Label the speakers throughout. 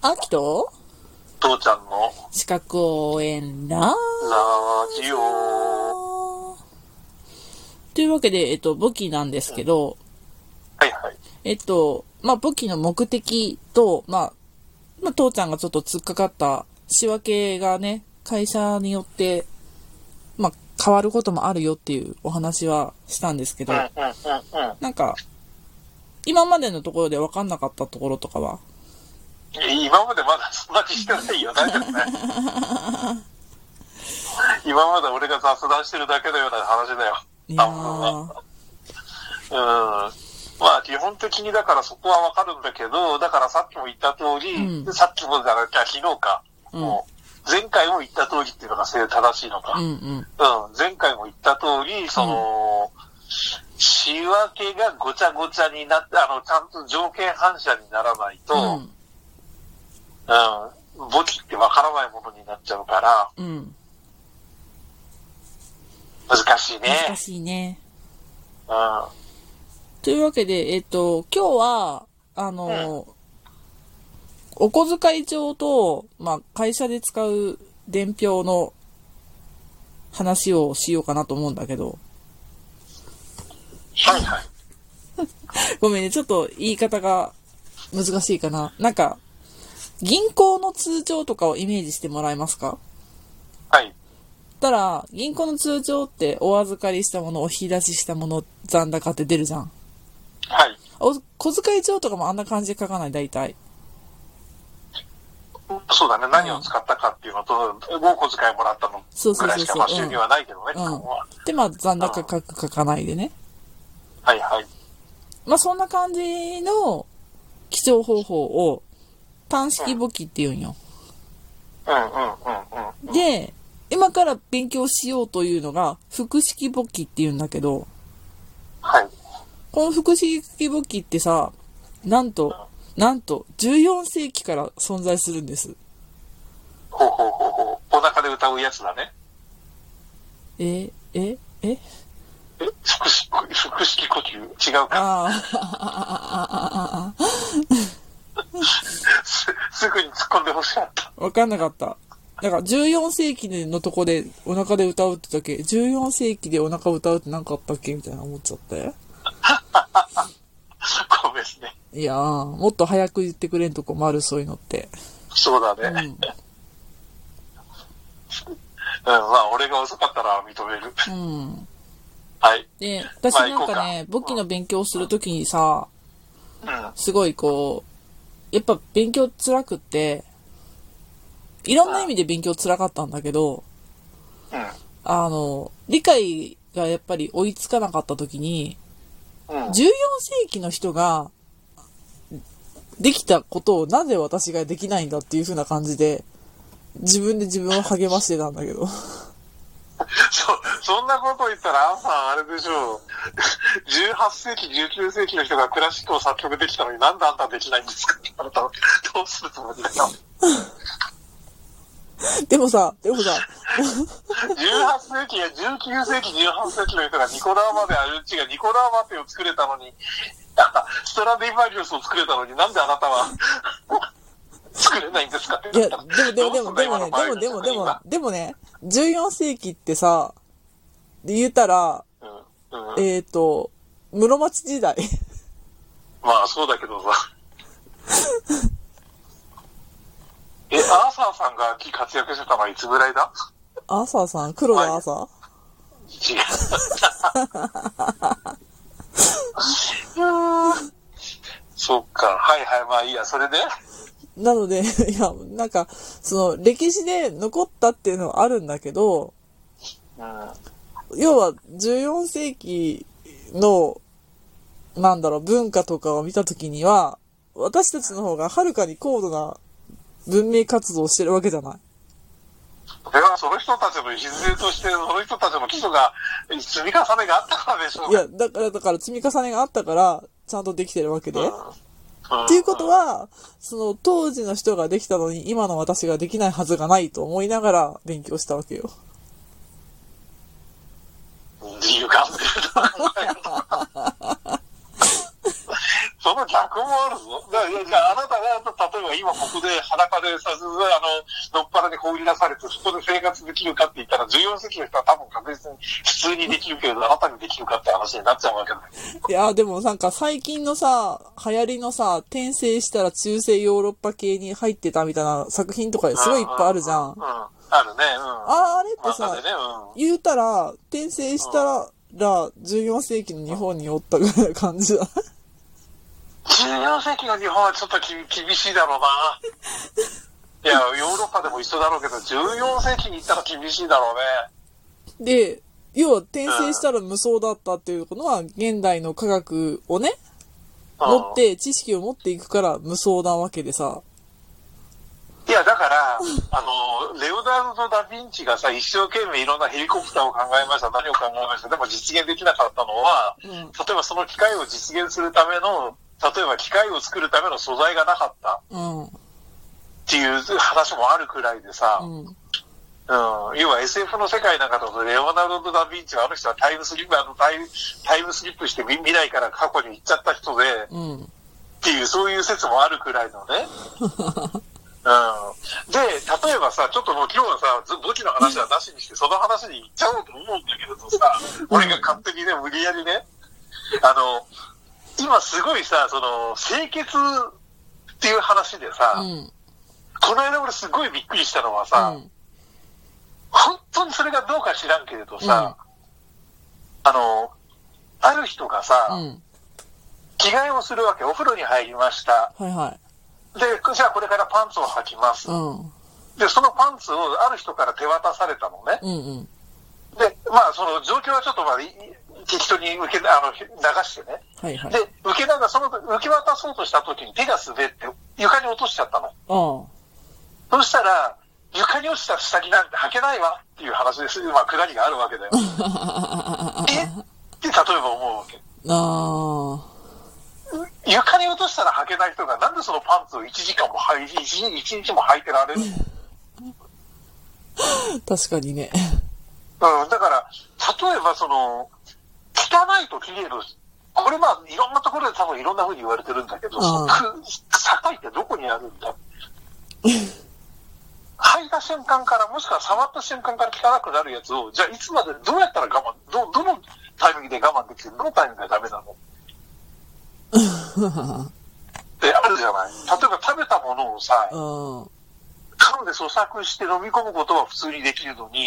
Speaker 1: 秋と
Speaker 2: 父ちゃんの
Speaker 1: 資格応援ラ
Speaker 2: ラジオ。
Speaker 1: ーというわけで、えっと、簿記なんですけど、
Speaker 2: はいはい。
Speaker 1: えっと、まあ、簿記の目的と、まあ、まあ、父ちゃんがちょっと突っかかった仕分けがね、会社によって、まあ、変わることもあるよっていうお話はしたんですけど、
Speaker 2: うんうんうん
Speaker 1: なんか、今までのところで分かんなかったところとかは、
Speaker 2: うん。い今までまだそんなにしてないよ。大丈夫ね。今まで俺が雑談してるだけのような話だよ。
Speaker 1: いや
Speaker 2: 多分は。
Speaker 1: ー、
Speaker 2: うん。まあ、基本的にだからそこはわかるんだけど、だからさっきも言った通り、
Speaker 1: うん
Speaker 2: でさっきもじゃなきゃ昨日か。
Speaker 1: うん
Speaker 2: もう前回も言った通りっていうのが正正しいのか。
Speaker 1: うんうん、
Speaker 2: うん、前回も言った通り、その、仕分けがごちゃごちゃになって、あの、ちゃんと条件反射にならないと、
Speaker 1: うん、
Speaker 2: うん、簿記ってわからないものになっちゃうから、
Speaker 1: うん、
Speaker 2: 難しいね。
Speaker 1: 難しいね。
Speaker 2: うん。は
Speaker 1: というわけで、えっ、と、今日は、あの、お小遣い帳と、まあ、会社で使う伝票の話をしようかなと思うんだけど、
Speaker 2: いはい。
Speaker 1: ごめんね、ちょっと言い方が難しいかな。なんか、銀行の通帳とかをイメージしてもらえますか
Speaker 2: はい。
Speaker 1: たら、銀行の通帳ってお預かりしたもの、お引き出ししたもの、残高って出るじゃん。
Speaker 2: はい。
Speaker 1: お小遣い帳とかもあんな感じで書かない、大体。
Speaker 2: そうだね。何を使ったかっていうのと、お小遣いもらったの
Speaker 1: そうそうそうそ
Speaker 2: ぐ
Speaker 1: う
Speaker 2: らいしか、まあ、収入はないけどね、
Speaker 1: うん
Speaker 2: 基本は。
Speaker 1: で、まあ、残高書く、書かないでね。
Speaker 2: はいはい。
Speaker 1: まあ、そんな感じの記帳方法を単式簿記って言うんよ。
Speaker 2: うんうんうんうん。
Speaker 1: で、今から勉強しようというのが、複式簿記って言うんだけど、
Speaker 2: はい。
Speaker 1: この複式簿記ってさ、なんと、なんと、14世紀から存在するんです。
Speaker 2: ほうほうほうほう。お腹で歌うやつだね。
Speaker 1: え、え、え
Speaker 2: え腹式、腹式呼吸違うか。
Speaker 1: あーあ、ああ、ああ、
Speaker 2: すすぐに突っ込んでほしかった。
Speaker 1: わかんなかった。だから14世紀のとこでお腹で歌うってだけ、14世紀でお腹歌うってなんかあったっけみたいな思っちゃったよ。
Speaker 2: ごめんね。
Speaker 1: いやー、もっと早く言ってくれんとこもある、そういうのって。
Speaker 2: そうだ
Speaker 1: う
Speaker 2: ね。
Speaker 1: ん。
Speaker 2: うん、まあ、俺が遅かったら認める。
Speaker 1: うん。
Speaker 2: はい。
Speaker 1: で、私
Speaker 2: まあ
Speaker 1: なんかね、簿記の勉強するときにさ、
Speaker 2: うん。は
Speaker 1: すごいこう、やっぱ勉強辛くって、いろんな意味で勉強辛かったんだけど、あの、理解がやっぱり追いつかなかったときに、
Speaker 2: うん。うん。
Speaker 1: 14世紀の人が、できたことをなぜ私ができないんだっていう風な感じで、自分で自分を励ましてたんだけど。
Speaker 2: そ、そんなこと言ったら、アンさんあれでしょう。18世紀、19世紀の人がクラシックを作曲できたのになんであんたできないんですかあなたはどうするつもりだよ。
Speaker 1: でもさ、でもさ、
Speaker 2: 18世紀や19世紀、18世紀の人がニコラーマであるうちがニコラーマテを作れたのに、あストラディバリウスを作れたのになんであなたは作れないんですか
Speaker 1: いや、でもでもでもでもね、で
Speaker 2: ど
Speaker 1: も
Speaker 2: うす
Speaker 1: でもで
Speaker 2: んの今
Speaker 1: も
Speaker 2: の、
Speaker 1: でもね、14世紀ってさ、言うたら、
Speaker 2: 今うんうん
Speaker 1: えっ、と、室町時代。
Speaker 2: まあそうだけどさ。え、アーサーさんが活躍してたのはいつぐらいだ
Speaker 1: アーサーさん、黒田アーサー、
Speaker 2: 違 う。 そっか。はいはい、まあいいや、それで
Speaker 1: なので、い や、なんか、その、歴史で残ったっていうのはあるんだけど、
Speaker 2: うん
Speaker 1: 要は14世紀の、なんだろう、文化とかを見たときには、私たちの方がはるかに高度な文明活動をしてるわけじゃない。
Speaker 2: それはその人たちの礎として、その人たちの基礎が、積み重ねがあったからでしょう。
Speaker 1: いや、だから、だから積み重ねがあったから、ちゃんとできてるわけで。っ
Speaker 2: うん、って
Speaker 1: いうことは、その当時の人ができたのに、今の私ができないはずがないと思いながら勉強したわけよ。
Speaker 2: 理由があるんだよその逆もあるぞ。だからいやじゃあ、あなたが、例えば今ここで裸でさ、あの、のっぱらに放り出されて、そこで生活できるかって言ったら、14世紀の人は多分確実に普通にできるけれど、あなたにできるかって話になっちゃうわけだよ。
Speaker 1: いや、でもなんか最近のさ、流行りのさ、転生したら中世ヨーロッパ系に入ってたみたいな作品とかすごいいっぱいあるじゃん
Speaker 2: うん。。あるね、うん。
Speaker 1: ああれって
Speaker 2: まあ
Speaker 1: さ
Speaker 2: ね、う
Speaker 1: 言うたら、転生したら、14世紀の日本におったぐらいな感じだ。
Speaker 2: ん。14世紀の日本はちょっとき厳しい だろうな。いや、ヨーロッパでも一緒だろうけど、14世紀に行ったら厳しいだろうね。
Speaker 1: で、要は転生したら無双だったっていうのは、現代の科学をね、
Speaker 2: うん
Speaker 1: 持って、知識を持っていくから無双なわけでさ。
Speaker 2: いや、だから、あの、レオナルド・ダ・ヴィンチがさ、一生懸命いろんなヘリコプターを考えました、何を考えました、でも実現できなかったのは、
Speaker 1: うん
Speaker 2: 例えばその機械を実現するための、例えば機械を作るための素材がなかったっ
Speaker 1: うん。
Speaker 2: ていう話もあるくらいでさ、うん、
Speaker 1: うん。
Speaker 2: 要は SF の世界なんかだと、レオナルド・ダ・ヴィンチはあの人はタイムスリップ、あのタイタイムスリップして未未来から過去に行っちゃった人で、
Speaker 1: うん。
Speaker 2: っていう、そういう説もあるくらいの ね。うん、で、例えばさ、ちょっともう今日はさ、ず武器の話はなしにして、その話に行っちゃおうと思うんだけれどさ、俺が勝手にね、無理やりね、あの、今すごいさ、その、清潔っていう話でさ、
Speaker 1: うん。
Speaker 2: この間俺すごいびっくりしたのは
Speaker 1: う
Speaker 2: さ、
Speaker 1: ん。
Speaker 2: 本当にそれがどうか知らんけれどさ、あの、ある人がさ、
Speaker 1: うん。
Speaker 2: 着替えをするわけ、お風呂に入りました。
Speaker 1: はいは
Speaker 2: で、じゃあこれからパンツを履きま
Speaker 1: い。
Speaker 2: す
Speaker 1: う。ん。
Speaker 2: で、そのパンツをある人から手渡されたのね。
Speaker 1: うんうん。
Speaker 2: で、まあ、その状況はちょっとまあ、い適当に受け、あの、流してね。
Speaker 1: はいはい
Speaker 2: で。、受けながら、その、受け渡そうとした時に手が滑って床に落としちゃったの。
Speaker 1: ああ。
Speaker 2: そしたら、床に落ちた下着なんて履けないわっていう話です。まあ、くだりがあるわけだよ。えって例えば思うわけ。
Speaker 1: あ
Speaker 2: 床に落としたら履けない人が、なんでそのパンツを1時間も履い、1日1日も履いてられるの
Speaker 1: あ、確かにね。
Speaker 2: うん、だから、例えばその、汚いと綺麗の、これまあ、いろんなところで多分いろんな風に言われてるんだけど、
Speaker 1: うん
Speaker 2: く境ってどこにあるんだ履いた瞬間から、もしくは触った瞬間から汚くなるやつを、じゃあいつまでどうやったら我慢、ど、どのタイミングで我慢できるどのタイミングがダメなのってあるじゃない例えば食べたものをさ、
Speaker 1: うん。うん。
Speaker 2: 噛んで咀嚼して飲み込むことは普通にできるのに、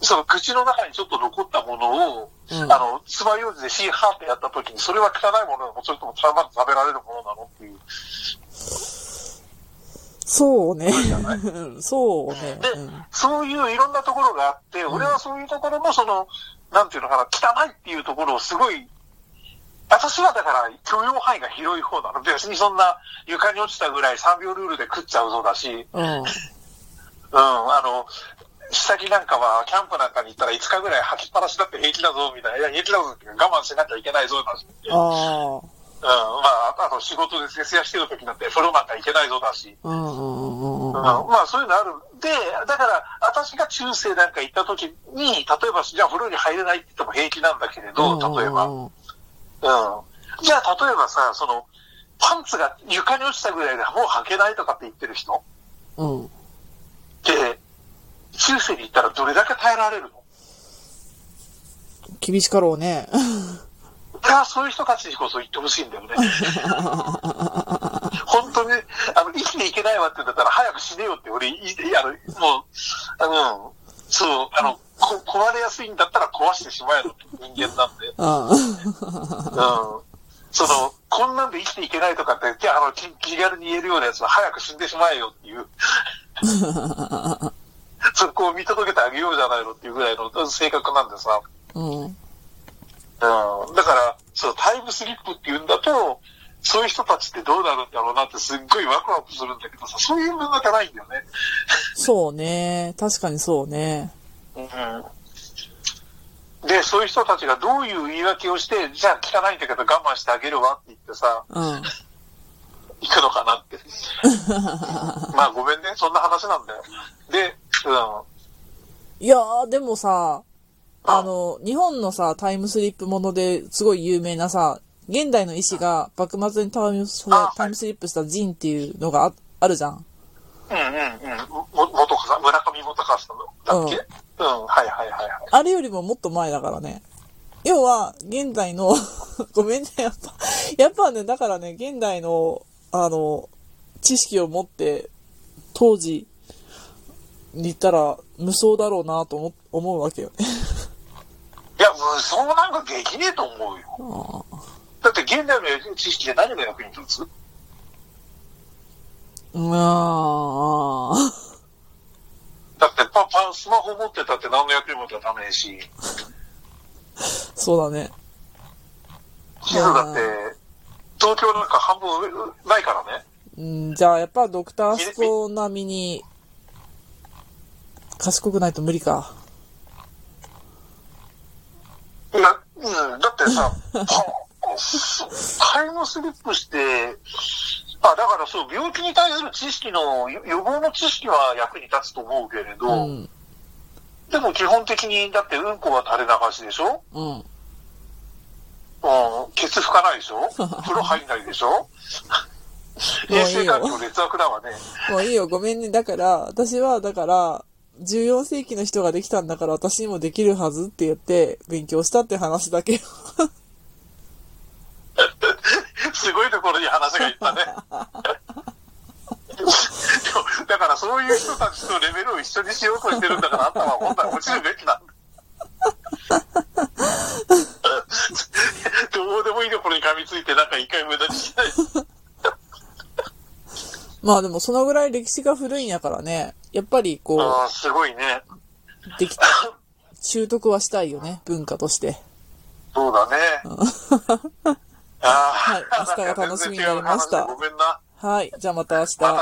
Speaker 2: その口の中にちょっと残ったものを、
Speaker 1: うん
Speaker 2: あの、つまようじでシーハーってやった時に、それは汚いものなのそれともたま食べられるものなのっていう。
Speaker 1: そうね。うんそうね。
Speaker 2: で、
Speaker 1: うん
Speaker 2: そういういろんなところがあって、俺はそういうところのその、なんていうのかな、汚いっていうところをすごい、私はだから許容範囲が広い方なの。別にそんな床に落ちたぐらい3秒ルールで食っちゃうぞだし、
Speaker 1: うん。
Speaker 2: うん、あの、下着なんかは、キャンプなんかに行ったら5日ぐらい履きっぱなしだって平気だぞ、みたいな。いや、平気だぞっていうか我慢しなきゃいけないぞ、だし。
Speaker 1: あ
Speaker 2: うん、まあ、あと仕事で徹夜してる時なんて風呂なんか行けないぞだし、
Speaker 1: あ。うんうんうんうんう
Speaker 2: うん、
Speaker 1: ん。あ
Speaker 2: まあそういうのある。で、だから、私が中世なんか行った時に、例えば、じゃあ風呂に入れないって言っても平気なんだけれど、例えば、うん。じゃあ例えばさ、その、パンツが床に落ちたぐらいでもう履けないとかって言ってる人っ
Speaker 1: うん。
Speaker 2: て、中世に行ったらどれだけ耐えられるの
Speaker 1: 厳しかろうね。
Speaker 2: 俺はそういう人たちにこそ言ってほしいんだよね。本当に、あの、生きていけないわって言うんだったら早く死ねよって俺、いあの、もう、あの、そう、あの、こ壊れやすいんだったら壊してしまえろって人間なんで。
Speaker 1: うん。
Speaker 2: うん。その、こんなんで生きていけないとかって、じゃあ、あの、気気軽に言えるようなやつは早く死んでしまえよっていう。そこを見届けてあげようじゃないのっていうぐらいのうん性格なんでさ。
Speaker 1: うん。
Speaker 2: うんだから、そう、タイムスリップって言うんだと、そういう人たちってどうなるんだろうなってすっごいワクワクするんだけどさ、そういう文化がないんだよね。
Speaker 1: そうね。確かにそうね。
Speaker 2: うん。で、そういう人たちがどういう言い訳をして、じゃあ汚いんだけど我慢してあげるわって言ってさ、
Speaker 1: うん。
Speaker 2: 行くのかな って。まあごめんね、そんな話なんだよ。で、う
Speaker 1: いやー、でもさ、あの、日本のさ、タイムスリップものですごい有名なさ、現代の医師が幕末にタイムス
Speaker 2: あ
Speaker 1: タイムスリップしたジンっていうのがああるじゃん。
Speaker 2: うんうんうん。も、元子さん、村上元子さんの、だっけうん、はいはいはいはい。
Speaker 1: あれよりももっと前だからね。要は、現代の、 ごめんね、やっぱ、やっぱね、だからね、現代の、あの、知識を持って、当時に言ったら、無双だろうなと思思うわけよね。
Speaker 2: いや、無双なんかできねえと思うよ。 だって現代の知識で何が役に立つ
Speaker 1: まあ、
Speaker 2: だってパ、パ、スマホ持ってたって何の役にも立たねえし、
Speaker 1: そうだね。
Speaker 2: 地図だって、東京なんか半分上ないからね。
Speaker 1: うん、じゃあ、やっぱドクタースト並みに、賢くないと無理か。
Speaker 2: なうん、だって さ、パタイムスリップして、あ、だからそう、病気に対する知識の、予予防の知識は役に立つと思うけれど、
Speaker 1: うん、
Speaker 2: でも基本的に、だってうんこは垂れ流しでしょ
Speaker 1: うん。
Speaker 2: うん、ケツ拭かないで しょ風呂入んないでしょ
Speaker 1: ういいよ
Speaker 2: 衛生管理の劣悪だわね。
Speaker 1: もういいよ、ごめんね。だから、私は、だから、14世紀の人ができたんだから私にもできるはずって言って勉強したって話だけ よ。
Speaker 2: すごいところに話がいったね。 でもだからそういう人たちとレベルを一緒にしようとしてるんだから、あんたは本来落ちるべきなんだ。 どうでもいいところに噛みついて、なんか一回無駄にしない。
Speaker 1: まあでもそのぐらい歴史が古いんやからね。やっぱりこ
Speaker 2: ああ、すごいね。
Speaker 1: う、でき、習得はしたいよね。文化として。
Speaker 2: そうだね。ああ、
Speaker 1: はい明日が楽しみになりました
Speaker 2: なんか全然違う話でごめんな。
Speaker 1: はい。じゃあまた明日。
Speaker 2: また